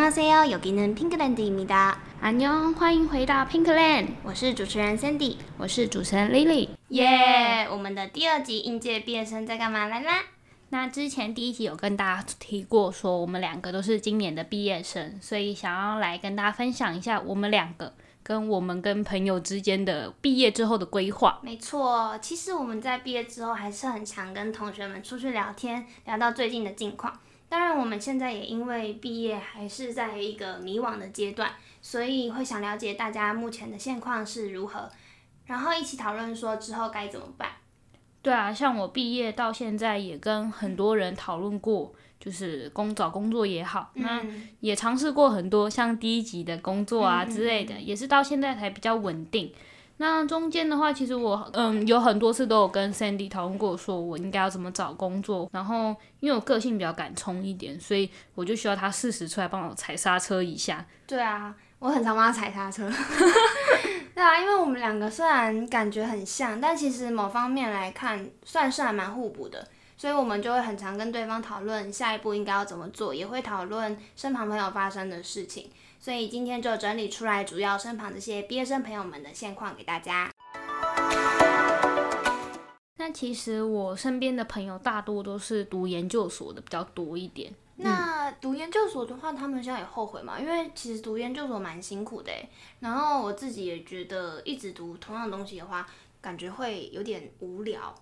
하세요，여기는 핑크랜드입니다. 안녕，欢迎回到 Pinkland，我是主持人 Sandy。我是主持人 Lily。耶、我们的第二集应届毕业生在干嘛来啦？那之前第一集有跟大家提过，说我们两个都是今年的毕业生，所以想要来跟大家分享一下我们两个跟我们跟朋友之间的毕业之后的规划。没错，其实我们在毕业之后还是很常跟同学们出去聊天，聊到最近的近况。当然，我们现在也因为毕业还是在一个迷惘的阶段，所以会想了解大家目前的现况是如何，然后一起讨论说之后该怎么办。对啊，像我毕业到现在也跟很多人讨论过，就是工找工作也好，那嗯，也尝试过很多像第一级的工作啊嗯嗯之类的，也是到现在才比较稳定。那中间的话，其实我嗯有很多次都有跟 Sandy 讨论过，说我应该要怎么找工作。然后因为我个性比较敢冲一点，所以我就需要他适时出来帮我踩刹车一下。对啊，我很常帮他踩刹车。 对啊，因为我们两个虽然感觉很像，但其实某方面来看，算是还蛮互补的。所以我们就会很常跟对方讨论下一步应该要怎么做，也会讨论身旁朋友发生的事情。所以今天就整理出来主要身旁这些毕业生朋友们的现况给大家。那其实我身边的朋友大多都是读研究所的比较多一点。那读研究所的话，他们现在有后悔吗？因为其实读研究所蛮辛苦的欸，然后我自己也觉得一直读同样的东西的话，感觉会有点无聊。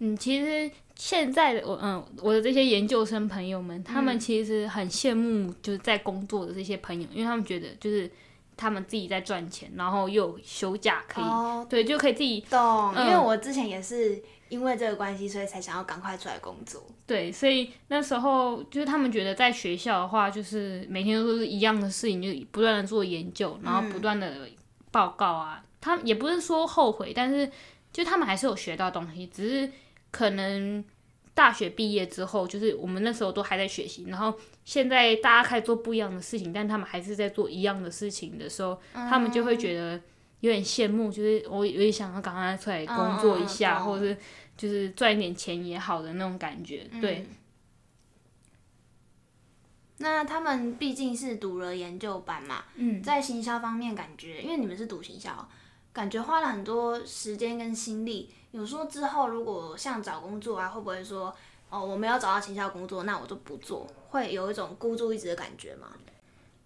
嗯，其实现在的我，嗯，我的这些研究生朋友们，他们其实很羡慕就是在工作的这些朋友，因为他们觉得就是他们自己在赚钱，然后又有休假可以，哦，对，就可以自己懂，嗯因为我之前也是因为这个关系，所以才想要赶快出来工作。对，所以那时候就是他们觉得在学校的话，就是每天都是一样的事情，就不断的做研究，然后不断的报告啊。他们也不是说后悔，但是就他们还是有学到东西，只是可能大学毕业之后，就是我们那时候都还在学习，然后现在大家开始做不一样的事情，但他们还是在做一样的事情的时候，他们就会觉得有点羡慕，就是我我也想要赶快出来工作一嗯下，嗯嗯或者是就是赚一点钱也好的那种感觉。嗯对，那他们毕竟是读了研究班嘛，嗯，在行销方面，感觉因为你们是读行销，感觉花了很多时间跟心力。有说之后如果像找工作啊，会不会说哦我没有找到行销工作，那我就不做，会有一种孤注一掷的感觉吗？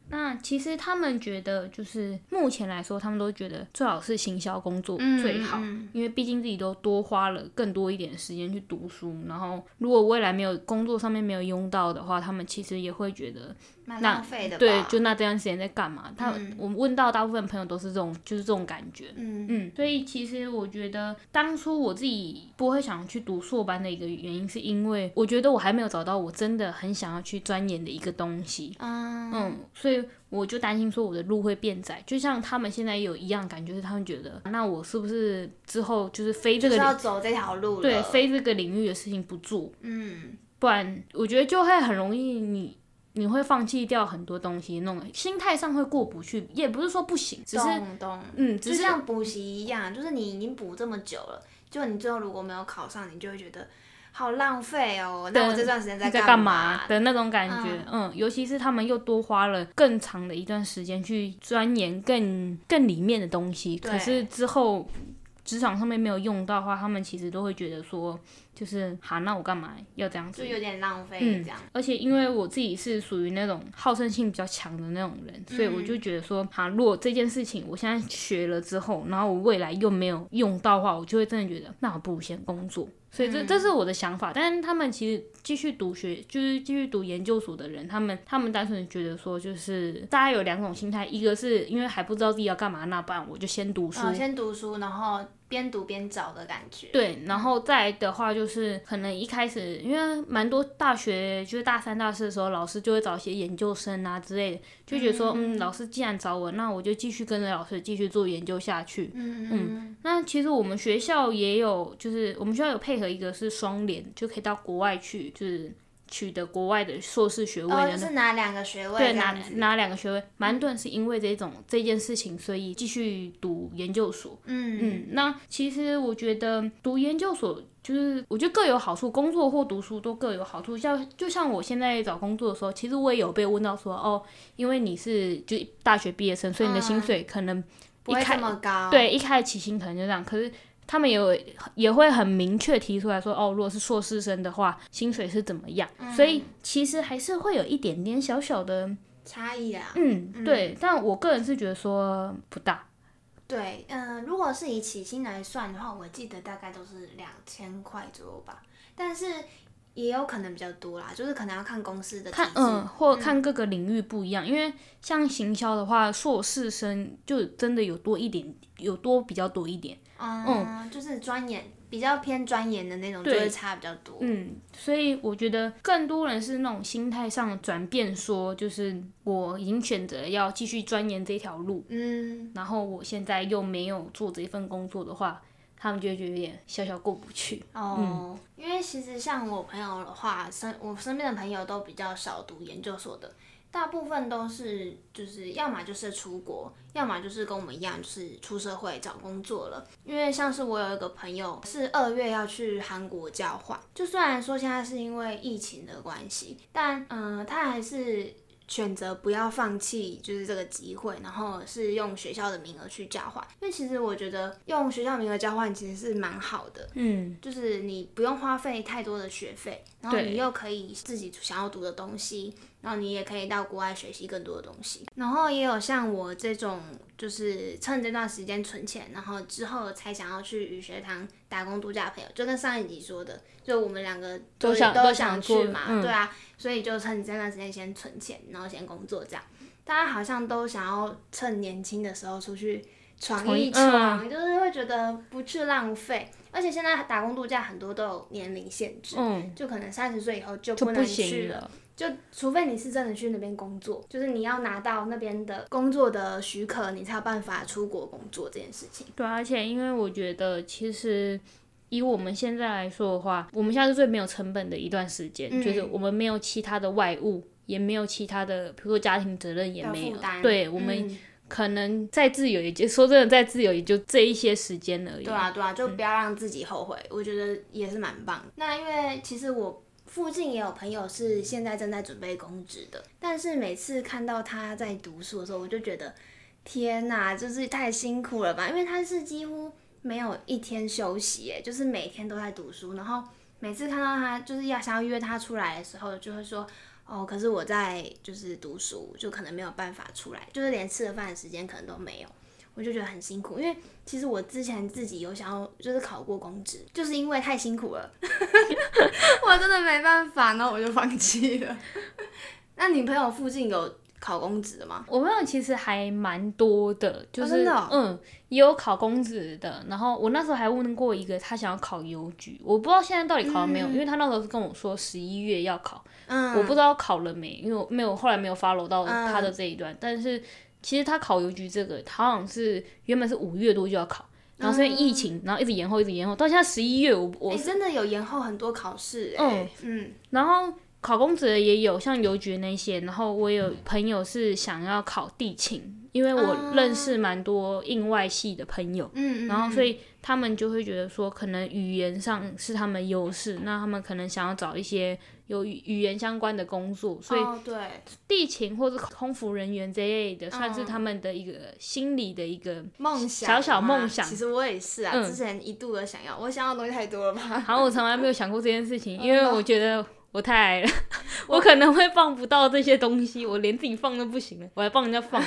那其实他们觉得，就是目前来说，他们都觉得最好是行销工作嗯最好，嗯因为毕竟自己都多花了更多一点时间去读书，然后如果未来没有工作上面没有用到的话，他们其实也会觉得，蛮那浪费的吧？对，就那这段时间在干嘛？他、嗯我问到大部分朋友都是这种，就是这种感觉。嗯嗯，所以其实我觉得当初我自己不会想去读硕班的一个原因，是因为我觉得我还没有找到我真的很想要去钻研的一个东西。嗯嗯，所以我就担心说我的路会变窄，就像他们现在也有一样感觉，是他们觉得那我是不是之后就是非这就个是领要走这条路了。对非这个领域的事情不做，嗯不然我觉得就会很容易你你会放弃掉很多东西，那种心态上会过不去，也不是说不行，只是懂懂。嗯，只就是像补习一样，就是你已经补这么久了，就你最后如果没有考上，你就会觉得好浪费哦。那我对这段时间你在干干嘛的那种感觉，嗯尤其是他们又多花了更长的一段时间去钻研更更里面的东西，对可是之后职场上面没有用到的话，他们其实都会觉得说，就是哈，那我干嘛要这样子就？有点浪费嗯这样。而且因为我自己是属于那种好胜心比较强的那种人，所以嗯我就觉得说，哈，如果这件事情我现在学了之后，然后我未来又没有用到的话，我就会真的觉得，那我不如先工作。所以这、嗯这是我的想法，但是他们其实继续读学，就是继续读研究所的人，他们他们单纯觉得说，就是大家有两种心态，一个是因为还不知道自己要干嘛，那不然我就先读书，嗯，先读书，然后边读边找的感觉。对，然后再来的话就是可能一开始，因为蛮多大学就是大三、大四的时候，老师就会找一些研究生啊之类的，就觉得说，嗯，老师既然找我，那我就继续跟着老师继续做研究下去。嗯嗯那其实我们学校也有，就是我们学校有配合一个是双联，就可以到国外去，就是。取得国外的硕士学位哦，就的那是拿两个学位对，这拿样子嗯拿两个学位，蛮多人是因为这种这件事情，所以继续读研究所。嗯嗯，那其实我觉得读研究所就是，我觉得各有好处，工作或读书都各有好处。像就像我现在找工作的时候，其实我也有被问到说，哦，因为你是就大学毕业生，所以你的薪水可能不一会开这么高，，对，一开始起薪可能就这样，可是他们也有也会很明确提出来说，哦，如果是硕士生的话，薪水是怎么样？所以其实还是会有一点点小小的，差异啊，嗯，对。但我个人是觉得说不大，对，嗯、如果是以起薪来算的话，我记得大概都是两千块左右吧，但是也有可能比较多啦，就是可能要看公司的看体制嗯，或看各个领域不一样，因为像行销的话，硕士生就真的有多一点，有多比较多一点，嗯，就是钻研比较偏钻研的那种，就对会差比较多。嗯，所以我觉得更多人是那种心态上的转变，说就是我已经选择要继续钻研这条路，嗯，然后我现在又没有做这份工作的话，他们就会觉得有点小小过不去。哦，因为其实像我朋友的话，身我身边的朋友都比较少读研究所的，大部分都是就是要么就是出国，要么就是跟我们一样就是出社会找工作了。因为像是我有一个朋友是二月要去韩国交换，就虽然说现在是因为疫情的关系，但嗯、呃他还是。选择不要放弃，就是这个机会，然后是用学校的名额去交换，因为其实我觉得用学校名额交换其实是蛮好的，嗯，就是你不用花费太多的学费，然后对你又可以自己想要读的东西，然后你也可以到国外学习更多的东西。然后也有像我这种，就是趁这段时间存钱，然后之后才想要去语学堂打工度假的朋友，就跟上一集说的，就我们两个都是想都都想去做嘛，嗯对啊，所以就趁这段时间先存钱，然后先工作这样。大家好像都想要趁年轻的时候出去闯闯一一嗯闯，就是会觉得不去浪费。而且现在打工度假很多都有年龄限制，嗯，就可能三十岁以后就就不能去行了。。就除非你是真的去那边工作，就是你要拿到那边的工作的许可，你才有办法出国工作这件事情。对啊，而且因为我觉得其实。以我们现在来说的话，我们现在是最没有成本的一段时间，嗯就是我们没有其他的外物，也没有其他的，比如说家庭责任也的没有负担，对我们嗯可能再自由也就说真的再自由也就这一些时间而已。对啊，对啊，就不要让自己后悔，我觉得也是蛮棒的。那因为其实我附近也有朋友是现在正在准备公职的，但是每次看到他在读书的时候，我就觉得天哪，就是太辛苦了吧？因为他是几乎没有一天休息，耶，就是每天都在读书，然后每次看到他就是要想要约他出来的时候，就会说。哦，可是我在就是读书，就可能没有办法出来，就是连吃个饭的时间可能都没有，我就觉得很辛苦，因为其实我之前自己有想要，就是考过公职，就是因为太辛苦了， 我真的没办法，然后我就放弃了。 那你朋友附近有考公职的吗？我朋友其实还蛮多的，就哦是、真的哦嗯，也有考公职的。然后我那时候还问过一个，他想要考邮局，我不知道现在到底考了没有，嗯因为他那时候是跟我说十一月要考，嗯，我不知道考了没，因为我没有后来没有 follow 到嗯他的这一段。但是其实他考邮局这个，他好像是原本是五月多就要考，然后是因为嗯疫情，然后一直延后，一直延后，到现在十一月我，我诶哎真的有延后很多考试、诶嗯然后考公职的也有，像邮局那些。然后我嗯有朋友是想要考地勤，因为我认识蛮多印外系的朋友，嗯嗯，然后嗯所以他们就会觉得说，可能语言上是他们优势，那他们可能想要找一些有语语言相关的工作，所以哦对，地勤或者空服人员这类的，算是嗯他们的一个心理的一个。梦想小小嘛梦想其实我也是啊，嗯之前一度的想要，我想要的东西太多了吧？ 好像我从来没有想过这件事情，啊嗯因为我觉得我太矮了， 我可能会放不到这些东西，我连自己放都不行了，我还帮人 家放，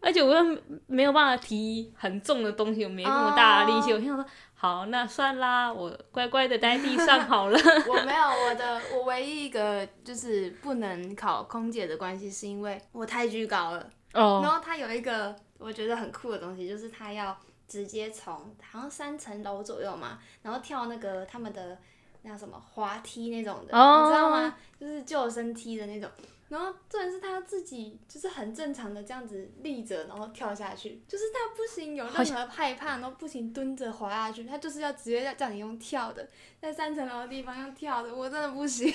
而且我又没有办法提很重的东西，我没那么大的力气。哦我想说，好，那算啦，我乖乖的待地 上好了。我没有，我的我唯一一个就是不能考空姐的关系，是因为我太居高了。然哦，后它有一个我觉得很酷的东西，就是它要直接从好像三层楼左右嘛，然后跳那个他们的那什么滑梯那种的，哦你知道吗？就是救生梯的那种。然后重点是他自己就是很正常的这样子立着，然后跳下去，就是他不行有任何害怕，然后不行蹲着滑下去，他就是要直接要叫你用跳的，在三层楼的地方用跳的，我真的不行。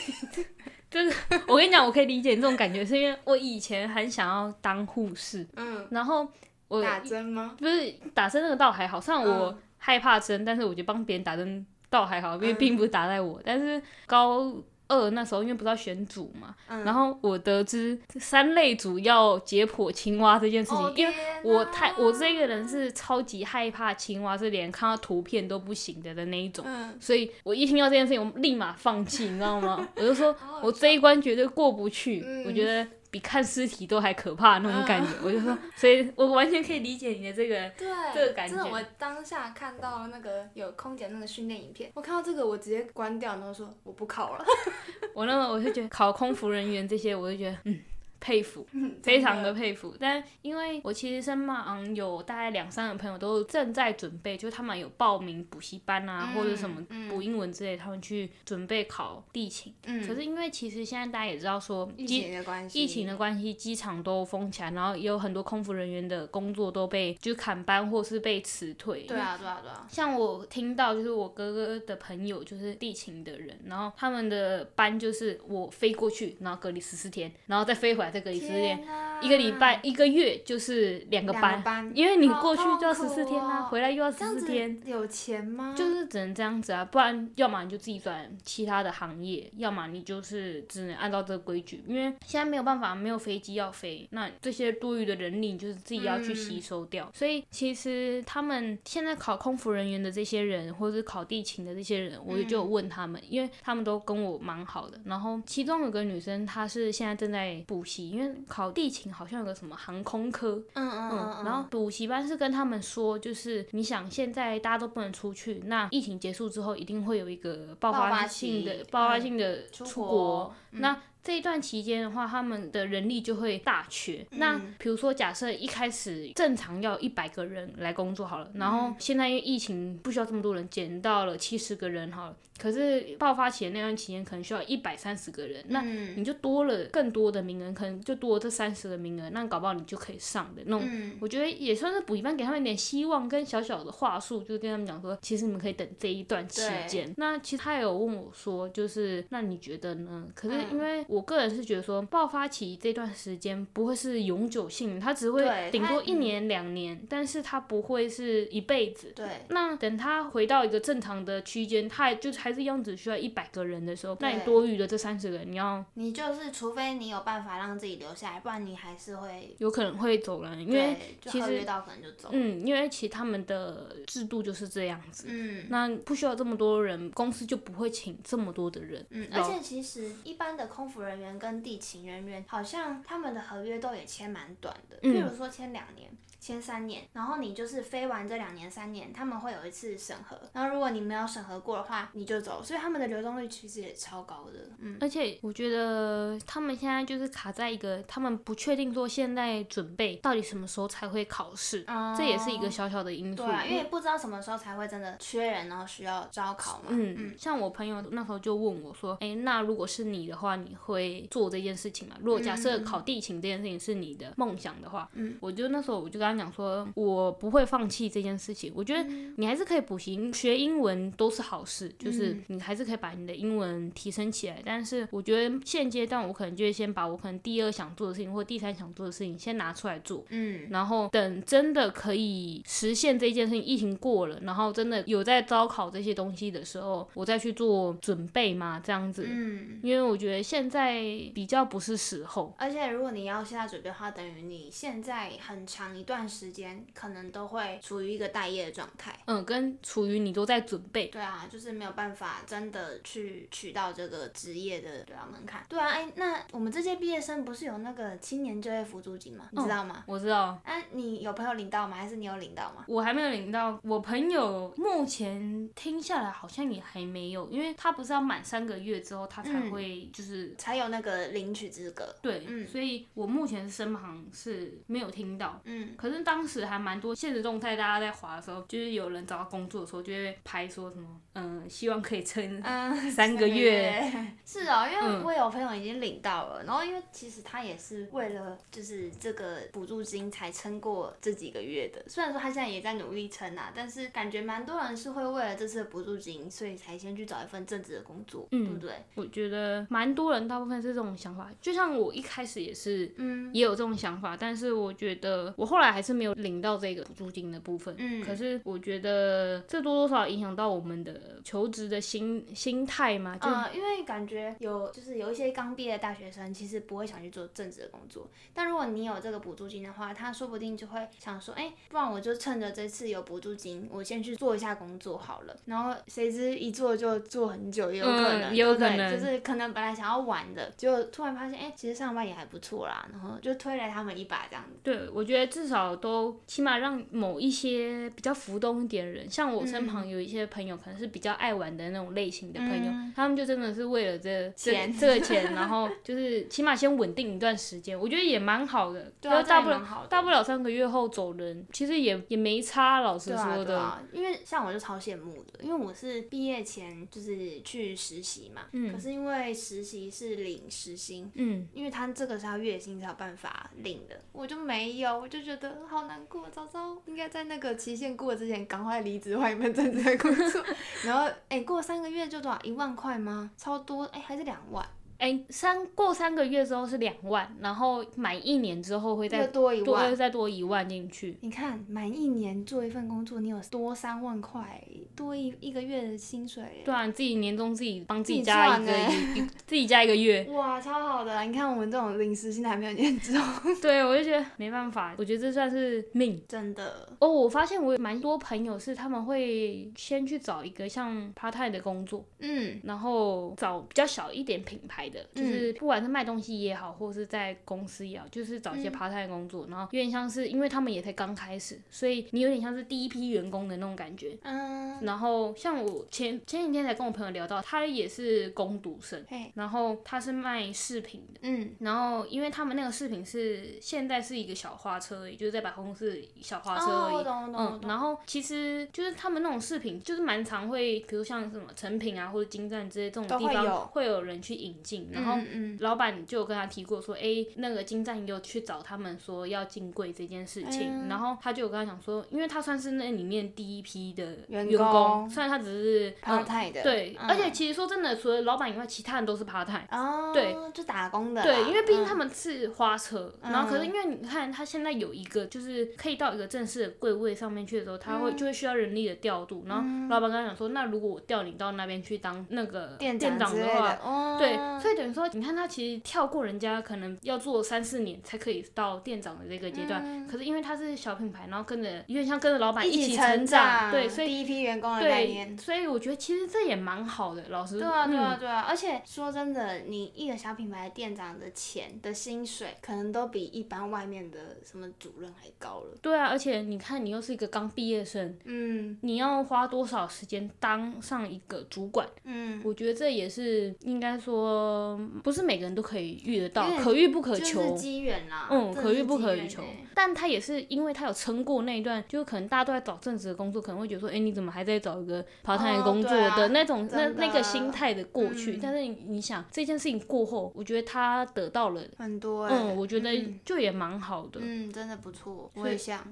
我跟你讲，我可以理解你这种感觉，是因为我以前很想要当护士，嗯，然后我打针吗？不是打针那个倒还好，虽然我嗯害怕针，但是我觉得帮别人打针倒还好，因为嗯并不是打在我。但是高二那时候，因为不是要选组嘛，嗯，然后我得知三类组要解剖青蛙这件事情，哦因为天我哪太我这个人是超级害怕青蛙，是连看到图片都不行的的那一种。嗯，所以我一听到这件事情，我立马放弃，你知道吗？我就说好好我这一关绝对过不去，嗯我觉得比看尸体都还可怕那种感觉。 我就说，所以我完全可以理解你的这个，对，这个感真的，觉我当下看到那个有空姐那个训练影片，我看到这个我直接关掉，然后说我不考了， 我那个我就觉得考空服人员这些，我就觉得嗯佩服，非常的佩服。但因为我其实身旁有大概两三个朋友都正在准备，就他们有报名补习班啊，嗯或者什么嗯补英文之类，他们去准备考地勤。嗯可是因为其实现在大家也知道说，疫机情的关系，疫情的关系，机场都封起来，然后也有很多空服人员的工作都被就是砍班或是被辞退。对啊对啊对啊，像我听到就是我哥哥的朋友就是地勤的人，然后他们的班就是我飞过去，然后隔离十四天，然后再飞回来再隔离啊十四天，哪一个礼拜一个月就是啊两个班，啊两个班因为你好过去就要痛十苦四天啦、哦回来又要这十样四子天，有钱吗？就是只能这样子啊，不然要么你就自己转其他的行业，要么你就是只能按照这个规矩，因为现在没有办法，没有飞机要飞，那这些多余的人力你就是自己要去吸收掉。所以其实他们现在考空服人员的这些人，或者是考地勤的这些人，我就有问他们，因为他们都跟我蛮好的。然后其中有个女生，她是现在正在补习，因为考地勤好像有个什么航空科，嗯嗯嗯，然后补习班是跟他们说，就是你想现在大家都不能出去，那疫情结束之后一定会有一个爆爆发发性的期爆发嗯性的出出国国。那这一段期间的话，他们的人力就会大缺。那嗯比如说，假设一开始正常要一百个人来工作好了，然后嗯现在因为疫情不需要这么多人，减到了七十个人好了。可是爆发期的那段期间，可能需要一百三十个人，那嗯你就多了更多的名额，可能就多了这三十个名额，那搞不好你就可以上的那种。嗯我觉得也算是补习班给他们一点希望跟小小的话术，就是跟他们讲说，其实你们可以等这一段期间。那其实他也有问我说，就是那你觉得呢？可是嗯因为我个人是觉得说，爆发期这段时间不会是永久性的，它只会对嗯顶多它一年两年，但是它不会是一辈子。对，那等他回到一个正常的区间，他也就是还是一样只需要一百个人的时候，那你对多余的这三十个人，你要你就是除非你有办法让自己留下来，不然你还是会有可能会走人，因为对就其合实约到可能就走。嗯，因为其实他们的制度就是这样子，嗯那不需要这么多人，公司就不会请这么多的人。嗯，然而后且其实一般的空服人员跟地勤人员，好像他们的合约都也签蛮短的，嗯譬如说签两年。签三年，然后你就是飞完这两年三年，他们会有一次审核，然后如果你没有审核过的话，你就走，所以他们的流动率其实也超高的。嗯，而且我觉得他们现在就是卡在一个，他们不确定说现在准备到底什么时候才会考试，呃这也是一个小小的因素。嗯对啊，因为不知道什么时候才会真的缺人，然后需要招考嘛。嗯，像我朋友那时候就问我说：“哎、那如果是你的话，你会做这件事情吗？如果假设考地勤这件事情是你的梦想的话，嗯，我就那时候我就跟他讲说，我不会放弃这件事情。我觉得你还是可以补习，学英文都是好事，就是你还是可以把你的英文提升起来。但是我觉得现阶段我可能就会先把我可能第二想做的事情或第三想做的事情先拿出来做，嗯，然后等真的可以实现这件事情，疫情过了，然后真的有在招考这些东西的时候，我再去做准备嘛，这样子。嗯，因为我觉得现在比较不是时候，而且如果你要现在准备的话，等于你现在很长一段时间可能都会处于一个待业的状态。嗯，跟处于你都在准备，对啊，就是没有办法真的去取到这个职业的对啊门槛。对啊，哎，那我们这届毕业生不是有那个青年就业辅助金吗？你知道吗？我知道。哎、你有朋友领到吗？还是你有领到吗？我还没有领到，我朋友目前听下来好像也还没有，因为他不是要满三个月之后他才嗯会就是才有那个领取资格。对，所以我目前身旁是没有听到。嗯，可是当时还蛮多现实动态，大家在滑的时候，就是有人找到工作的时候，就会拍说什么，嗯、希望可以撑 嗯，三个月。嗯是哦，因为我有朋友已经领到了，然后因为其实他也是为了就是这个补助金才撑过这几个月的，虽然说他现在也在努力撑啊，但是感觉蛮多人是会为了这次的补助金，所以才先去找一份正职的工作，嗯对不对？我觉得呃蛮多人，大部分是这种想法。就像我一开始也是，嗯，也有这种想法，但是我觉得我后来还是没有领到这个补助金的部分。嗯可是我觉得这多多少少影响到我们的求职的心心态嘛，就嗯，因为感觉有就是有一些刚毕业的大学生，其实不会想去做正职的工作，但如果你有这个补助金的话，他说不定就会想说，哎、不然我就趁着这次有补助金，我先去做一下工作好了。然后谁知一做就做很久，也有可能，嗯也有对不对可能就是可能本来想要玩的，结果突然发现，哎、其实上班也还不错啦，然后就推了他们一把这样子。对，我觉得至少都起码让某一些比较浮动一点的人，像我身嗯旁有一些朋友，可能是比较爱玩的那种类型的朋友，他们就真的是为了这这钱这个钱，然后就是起码先稳定一段时间，我觉得也蛮好的。对啊，就大不这样了也蛮好的大不了三个月后走人，其实也也没差，老实对啊，对说的。啊，因为像我就超羡慕的，因为我是毕业前就是去实习嘛，嗯可是因为实习是领时薪。嗯，因为他这个是要月薪才有办法领的，我就没有，我就觉得好难过。早知道应该在那个期限过之前赶快离职换一份正职的工作。 然后，哎、过三个月就多少一万块吗？超多，哎、还是两万，哎、三过三个月之后是两万，然后满一年之后会又再多一多万。再多一万进去。你看，满一年做一份工作，你有多三万块，多一一个月的薪水耶。对啊，你自己年终自己帮自己自己加一赚个欸一一自己加一个月， 哇，超好的！你看我们这种临时性还没有念中，对，我就觉得没办法，我觉得这算是命。 真的。哦，我发现我有蛮多朋友是他们会先去找一个像 part time 的工作，嗯然后找比较小一点品牌的，就是不管是卖东西也好，或是在公司也好，就是找一嗯些 part time 的工作，然后有点像是因为他们也才刚开始，所以你有点像是第一批员工的那种感觉。嗯，然后像我前前几天才跟我朋友聊到，他也是工读生，嘿，然后他是卖饰品的。嗯，然后，因为他们那个饰品是现在是一个小花车而已，就是在百货公司的小花车哦而我已。懂我懂我嗯，懂。然后其实就是他们那种饰品，就是蛮常会，比如像什么成品啊或者金钻之类这种都地会方有会有人去引进，然后嗯嗯，老板就有跟他提过说，哎、那个金赞有去找他们说要进柜这件事情，嗯然后他就有跟他讲说，因为他算是那里面第一批的员员工，工虽然他只是淘嗯汰的。对，嗯而且其实说真的，除了老板以外，其他人都是 part time。哦，对，就打工的啦。对，因为毕竟他嗯们是花车，嗯然后可是因为你看他现在有一个就是可以到一个正式的柜位上面去的时候，他会嗯就会需要人力的调度，然后老板跟他讲说，那如果我调你到那边去当那个嗯店长之类话。的，哦，对，所以等于说，你看他其实跳过人家可能要做三四年才可以到店长的这个阶段，可是因为他是小品牌，然后跟着有点像跟着老板嗯一起成长，对，所以第一批员工的概念对，。所以我觉得其实这也蛮好的，老师嗯对啊，对啊，对啊！而且说真的，你一个小品牌店长的钱的薪水，可能都比一般外面的什么主任还高了。对啊，而且你看，你又是一个刚毕业生，嗯你要花多少时间当上一个主管？嗯，我觉得这也是应该说，不是每个人都可以遇得到因，为可遇不可就是求。机缘啦，嗯，真的可是遇不机可缘求欸。但他也是因为他有撑过那一段，就可能大家都在找正职的工作，可能会觉得说，哎、你怎么还在找一个 part time 哦工作对啊的那种、那真的那个心态的过去？嗯但是你你想这件事情过后，我觉得他得到了，很多、欸，嗯，我觉得就也蛮好的。嗯，真的不错，是我也想，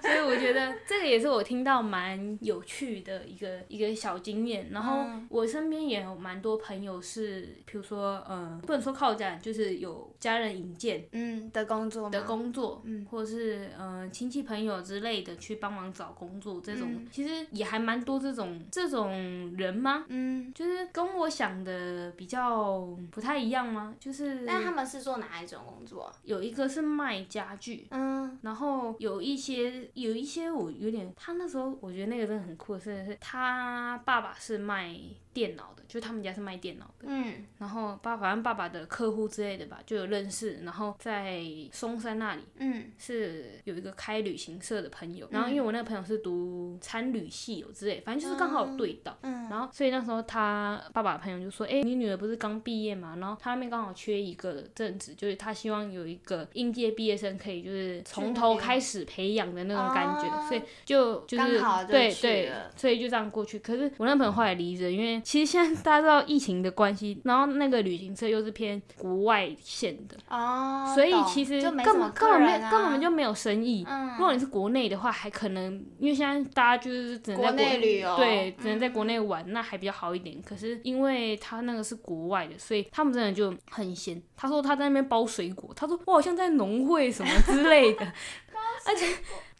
所以我觉得这个也是我听到蛮有趣的一个一个小经验。然后嗯我身边也有蛮多朋友是，比如说，嗯，不能说靠家人，就是有家人引荐嗯，的工作的嘛工作，嗯，或是嗯亲戚朋友之类的去帮忙找工作，这种、嗯其实也还蛮多这种这种人吗？嗯，就是跟我想的比较不太一样吗？就是那他们是做哪一种工作啊？有一个是卖家具，嗯，然后有一些有一些我有点，他那时候我觉得那个真的很酷，真的是他爸爸是卖电脑的，就他们家是卖电脑的。嗯然后爸，反正爸爸的客户之类的吧，就有认识。然后在松山那里嗯是有一个开旅行社的朋友，然后因为我那个朋友是读餐旅系有之类，反正就是刚好有对到。嗯然后，所以那时候他爸爸的朋友就说：“哎、你女儿不是刚毕业嘛？然后他那边刚好缺一个正职，就是他希望有一个应届毕业生可以就是从头开始培养的那种感觉，哦所以就就是刚好就对去对了，所以就这样过去。可是我那朋友后来离职，因为其实现在大家知道疫情的关系，然后那个旅行社又是偏国外线的，哦，所以懂其实就根没本什么根客本没人有啊，根本就没有生意。嗯如果你是国内的话，还可能因为现在大家就是只能在国内旅游嗯对，只能在国内玩，那还比较好一点。可是因为他那个是国外的，所以他们真的就很闲。他说他在那边包水果，他说我好像在农会什么之类的， 而且。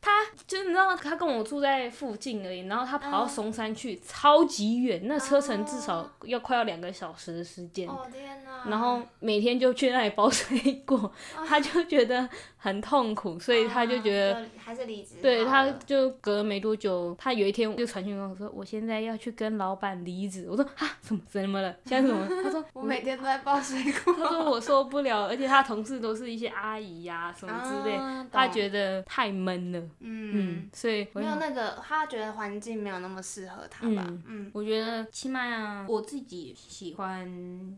他就是你知道，他跟我住在附近而已，然后他跑到松山嗯去，超级远，那车程至少要快要两个小时的时间。哦天哪，哦然后每天就去那里包水果， 他就觉得很痛苦，所以他就觉得，啊就还是离职好了，对，他就隔了没多久，他有一天就传讯跟我说，我现在要去跟老板离职。我说啊，怎么怎么了？现在怎么了？他说我每天都在包水果，他说我受不了，而且他同事都是一些阿姨呀、什么之类，啊他懂觉得太闷了，嗯嗯，所以我没就有那个，他觉得环境没有那么适合他吧？嗯我觉得起码我自己喜欢，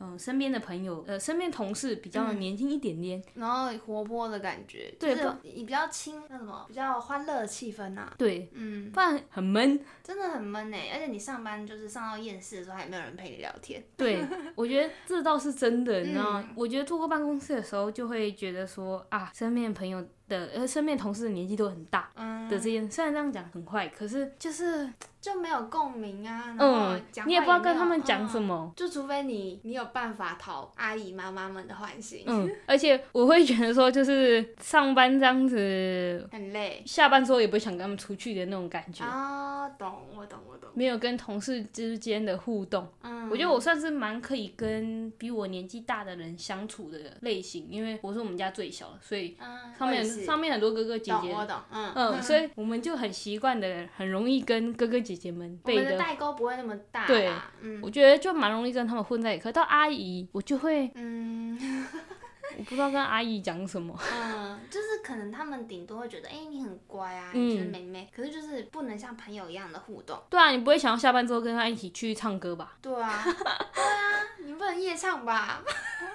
嗯、身边的朋友，呃，身边同事比嗯较年轻一点点，然后活泼的感觉，对就是你比较轻，那什么比较欢乐的气氛呐、对，嗯，不然很闷。真的很闷哎、而且你上班就是上到厌世的时候，还没有人陪你聊天。对，我觉得这倒是真的，你知道吗？嗯我觉得坐过办公室的时候，就会觉得说啊，身边的朋友的呃，身边的同事的年纪都很大嗯，的这件，虽然这样讲很坏，可是就是就没有共鸣啊，然后嗯，讲话你也不知道没跟有他们讲什嗯么。就除非你你有办法讨阿姨妈妈们的欢心，嗯，而且我会觉得说，就是上班这样子，很累下班之后也不会想跟他们出去的那种感觉，啊、懂我懂我懂，没有跟同事之间的互动。嗯，我觉得我算是蛮可以跟比我年纪大的人相处的类型，因为我是我们家最小的，所以嗯我上面也是上面很多哥哥姐懂姐，我懂，嗯嗯，所以我们就很习惯的，很容易跟哥哥姐姐们我背们的的。代沟不会那么大对啦，嗯我觉得就蛮容易跟他们混在一块。到阿姨，我 就会嗯我不知道跟阿姨讲什么。嗯，就是可能他们顶多会觉得，哎、你很乖啊，嗯你就是妹妹，可是就是不能像朋友一样的互动。对啊，你不会想要下班之后跟他一起去唱歌吧？ 对啊， 对啊，你不能夜唱吧？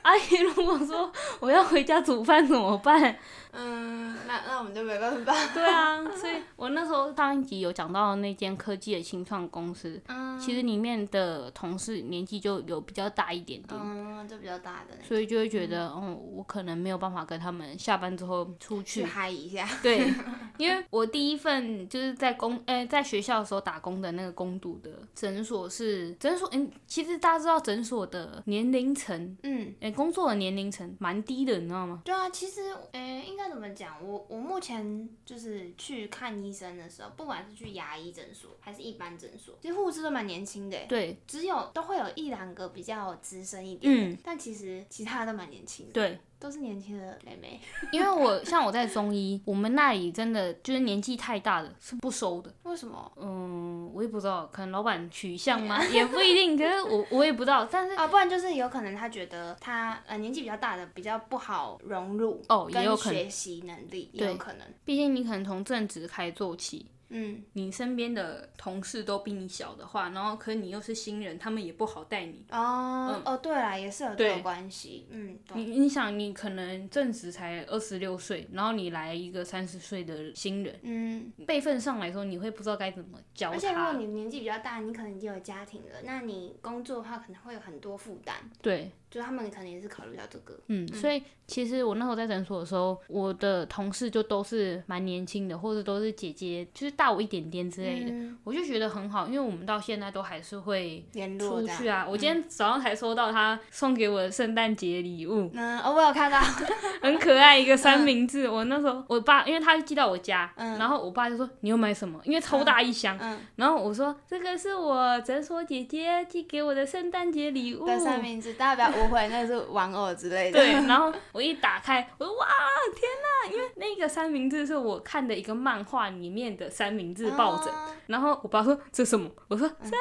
阿姨如果说我要回家煮饭怎么办？ 嗯，那那我们就没办法。对啊，所以我那时候上一集有讲到那间科技的新创公司，嗯其实里面的同事年纪就有比较大一点点。嗯，就比较大的那种所以就会觉得，嗯，我可能没有办法跟他们下班之后出去去嗨一下。 对，因为我第一份就是在工，呃、在学校的时候打工的那个工读的诊所是诊所，嗯，其实大家知道诊所的年龄层，嗯，哎、工作的年龄层蛮低的，你知道吗？对啊，其实，嗯，应该怎么讲？我我目前就是去看医生的时候，不管是去牙医诊所还是一般诊所，其实护士都蛮年轻的欸，对只有都会有一两个比较资深一点的，嗯但其实其他的都蛮年轻的。对，都是年轻的妹妹，因为我像我在中医，我们那里真的就是年纪太大了是不收的。为什么嗯，我也不知道，可能老板取向吗？也不一定，可是我我也不知道，但是。啊？不然就是有可能她觉得她呃年纪比较大的比较不好融入哦也跟有可能学习能力也有对可能，毕竟你可能从正职开始做起，嗯你身边的同事都比你小的话，然后可你又是新人，他们也不好带你。哦哦对啦，也是有这嗯对种关系，嗯懂你你想，你可能正值才二十六岁，然后你来一个三十岁的新人，嗯，辈分上来说，你会不知道该怎么教而且如果他。你年纪比较大，你可能已经有家庭了，那你工作的话可能会有很多负担，对，就他们可能也是考虑到这个，嗯，所以其实我那时候在诊所的时候，我的同事就都是蛮年轻的，或者都是姐姐，就是大我一点点之类的，嗯我就觉得很好，因为我们到现在都还是会联络出这去啊。样我今天早上才收到他送给我的圣诞节礼物，嗯哦我有 看到， 很可爱一个三明治。我那时候我爸，因为他寄到我家，嗯然后我爸就说你又买什么？因为超大一箱。嗯然后我说这个是我诊所姐姐寄给我的圣诞节礼物。的三明治，大家不要误会，那是玩偶之类的，对， 然后我一打开，我说哇，天哪！因为那个三明治是我看的一个漫画里面的三三明治抱枕，啊哦然后我爸说这什么？我说你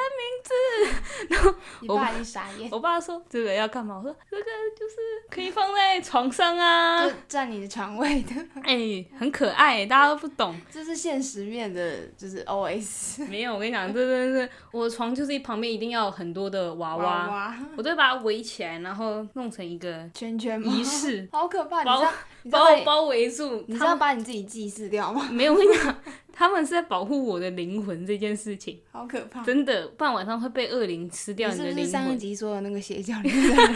爸已经傻眼，我爸说这个要干嘛？我说这个就是可以放在床上 啊，就占你的床位的，哎、很可爱，大家都不懂。这是现实面的，就是 OS 没有，我跟你讲，这真的是我的床就是旁边一定要有很多的娃娃，娃我都会把它围起来，然后弄成一个圈圈吗？，仪式好可怕！你包知道 你知道把我把包围住。你知他道把你自己祭祀掉吗？们没有？我跟你讲， 他们是在保护我的灵魂这件事情，好可怕！真的，不然晚上会被恶灵吃掉啊你啊是你的不灵是上一魂。集说的那个邪教里面的人？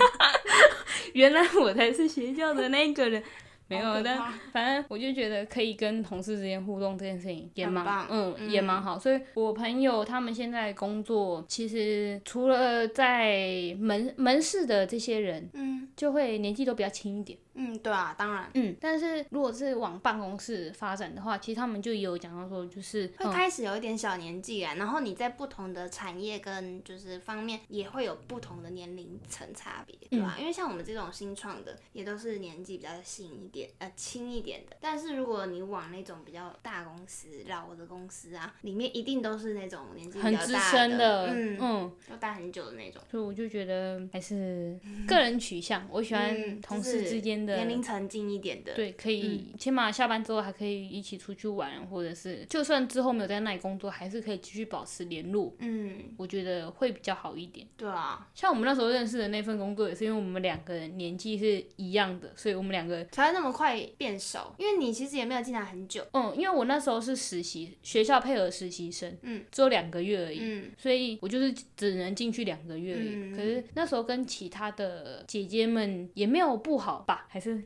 原来我才是邪教的那一个人。 没好有，可但怕反正我就觉得可以跟同事之间互动这件事情也很蛮棒嗯嗯也蛮好，所以我朋友他们现在工作其实除了在门门市的这些人，嗯就会年纪都比较轻一点，嗯，对啊，当然嗯，但是如果是往办公室发展的话，其实他们就有讲到说就是会嗯开始有一点小年纪啊，然后你在不同的产业跟就是方面也会有不同的年龄层差别，对嗯吧、因为像我们这种新创的，也都是年纪比较轻一点，呃轻一点的。但是如果你往那种比较大公司、老的公司啊，里面一定都是那种年纪比很较资大深的，嗯嗯，要待很久的那种。所以我就觉得还是个人取向，我喜欢嗯同就事是之间的年龄层近一点的，嗯对，可以，起码下班之后还可以一起出去玩，或者是就算之后没有在那里工作，还是可以继续保持联络。嗯，我觉得会比较好一点。对啊，像我们那时候认识的那份工作，也是因为我们两个人年纪是一样的，所以我们两个，才会那么快变熟，因为你其实也没有进来很久，嗯，因为我那时候是实习，学校配合实习生，嗯，只有两个月而已， 嗯所以我就是只能进去两个月而已。嗯可是那时候跟其他的姐姐们也没有不好吧，还 是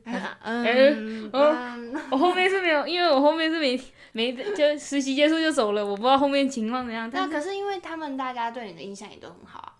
嗯呃嗯， 我后面是没有，因为我后面是没没就实习结束就走了，我不知道后面情况怎样。那但可是因为他们大家对你的印象也都很好啊，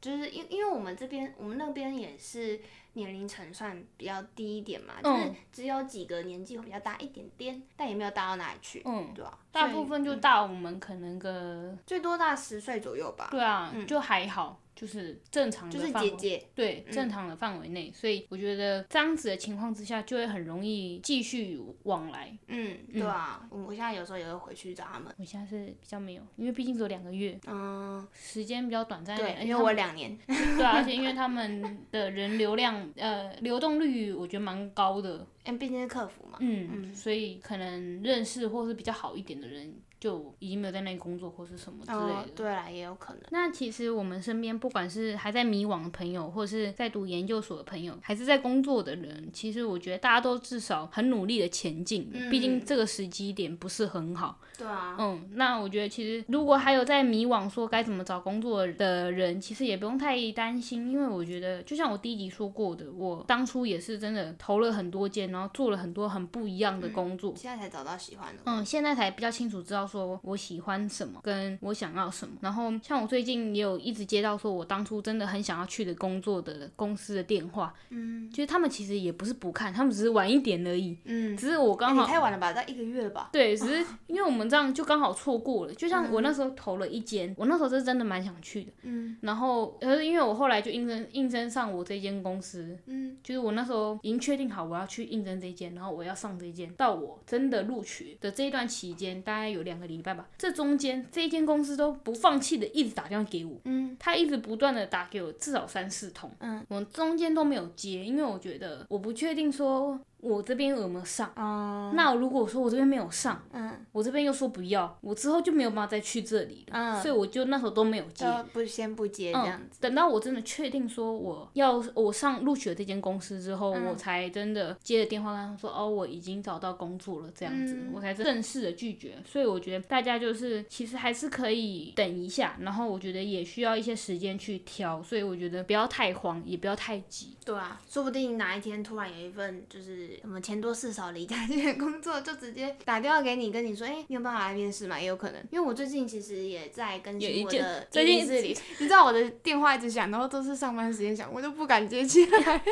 就是因因为我们这边我们那边也是年龄层算比较低一点嘛，就是嗯只有几个年纪会比较大一点点，但也没有大到哪里去，嗯，对啊， 大所以部分就大我们可能个，最多大十岁左右吧，对啊，就还好，就是正常的就是范围姐姐，对嗯正常的范围内，所以我觉得这样子的情况之下，就会很容易继续往来。嗯，对啊，我我现在有时候也会回去找他们，我现在是比较没有，因为毕竟只有两个月，嗯，时间比较短暂一点。对，而且因他为我们两年，对啊，而且因为他们的人流量呃流动率，我觉得蛮高的。因为毕竟是客服嘛，嗯，所以可能认识或是比较好一点的人，就已经没有在那里工作或是什嗯么之类的。哦，对啦，也有可能，那其实我们身边，不管是还在迷惘的朋友，或是在读研究所的朋友，还是在工作的人，其实我觉得大家都至少很努力的前进，嗯毕竟这个时机点不是很好。对啊，嗯，那我觉得其实如果还有在迷惘说该怎么找工作的人，其实也不用太担心，因为我觉得就像我第一集说过的，我当初也是真的投了很多间，然后做了很多很不一样的嗯工作。现在才找到喜欢的，嗯，现在才比较清楚知道说我喜欢什么，跟我想要什么。然后像我最近也有一直接到说我当初真的很想要去的工作的公司的电话，嗯，就是他们其实也不是不看，他们只是晚一点而已，嗯，只是我刚哎好你太晚了吧，到一个月了吧，对，只是因为我们这样就刚好错过了。就像我那时候投了一间，我那时候是真的蛮想去的。嗯然后，可是因为我后来就应征应征上我这间公司，嗯，就是我那时候已经确定好我要去应征这间，然后我要上这间。到我真的录取的这一段期间，大概有两个礼拜吧。这中间这一间公司都不放弃的，一直打电话给我。嗯，他一直不断的打给我，至少三四通。嗯，我中间都没有接，因为我觉得我不确定说我这边有没有上。哦，那如果说我这边没有上，嗯，我这边又说不要，我之后就没有办法再去这里了，嗯所以我就那时候都没有接。就不先不接这样嗯子，，等到我真的确定说我要我上录取了这间公司之后，嗯我才真的接了电话跟他说，哦，我已经找到工作了，这样子，嗯我才正式的拒绝。所以我觉得大家就是其实还是可以等一下，然后我觉得也需要一些时间去挑，所以我觉得不要太慌，也不要太 急。对啊，说不定哪一天突然有一份就是什么钱多事少离家近的工作，就直接打电话给你，跟你说，哎、你有办法来面试吗？也有可能，因为我最近其实也在更有一新我件的最近这里，你知道我的电话一直响，然后都是上班时间响，我都不敢接起 来。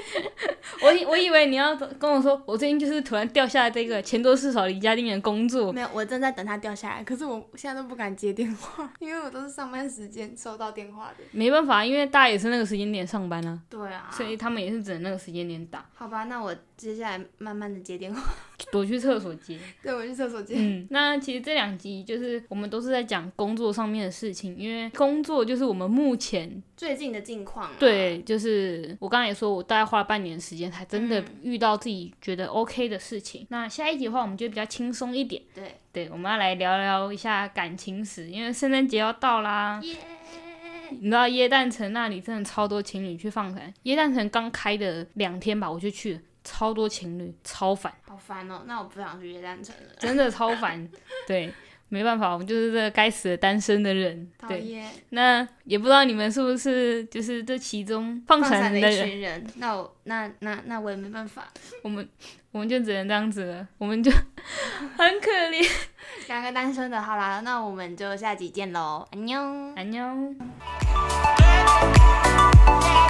我以我以为你要跟我说，我最近就是突然掉下这个钱多事少离家近的工作，没有，我正在等它掉下来，可是我现在都不敢接电话，因为我都是上班时间收到电话的。没办法，因为大家也是那个时间点上班啊，对啊，所以他们也是只能那个时间点打。好吧，那我接下来慢慢的接电话。躲去厕所接。对，我去厕 所间。嗯， 那其实这两集就是我们都是在讲工作上面的事情，因为工作就是我们目前最近的近况、啊。对，就是我刚才也说，我大概花了半年的时间才真的遇到自己觉得 OK 的事情。那下一集的话，我们就比较轻松一点。对，对，我们要来聊聊一下感情史，因为圣诞节要到啦。耶、你知道耶诞城那里真的超多情侣去放闪，耶诞城刚开的两天吧，我就去了，超多情侣，超烦。好烦哦！那我不想去夜单城了，真的超烦。对，没办法，我们就是这个该死的单身的人。讨对，厌。那也不知道你们是不是就是这其中放闪散的的一人，群人，那我那那那我也没办法，我们我们就只能这样子了，我们就 很可 怜。两个单身的，好啦，那我们就下集见喽，安妞。安妞。 「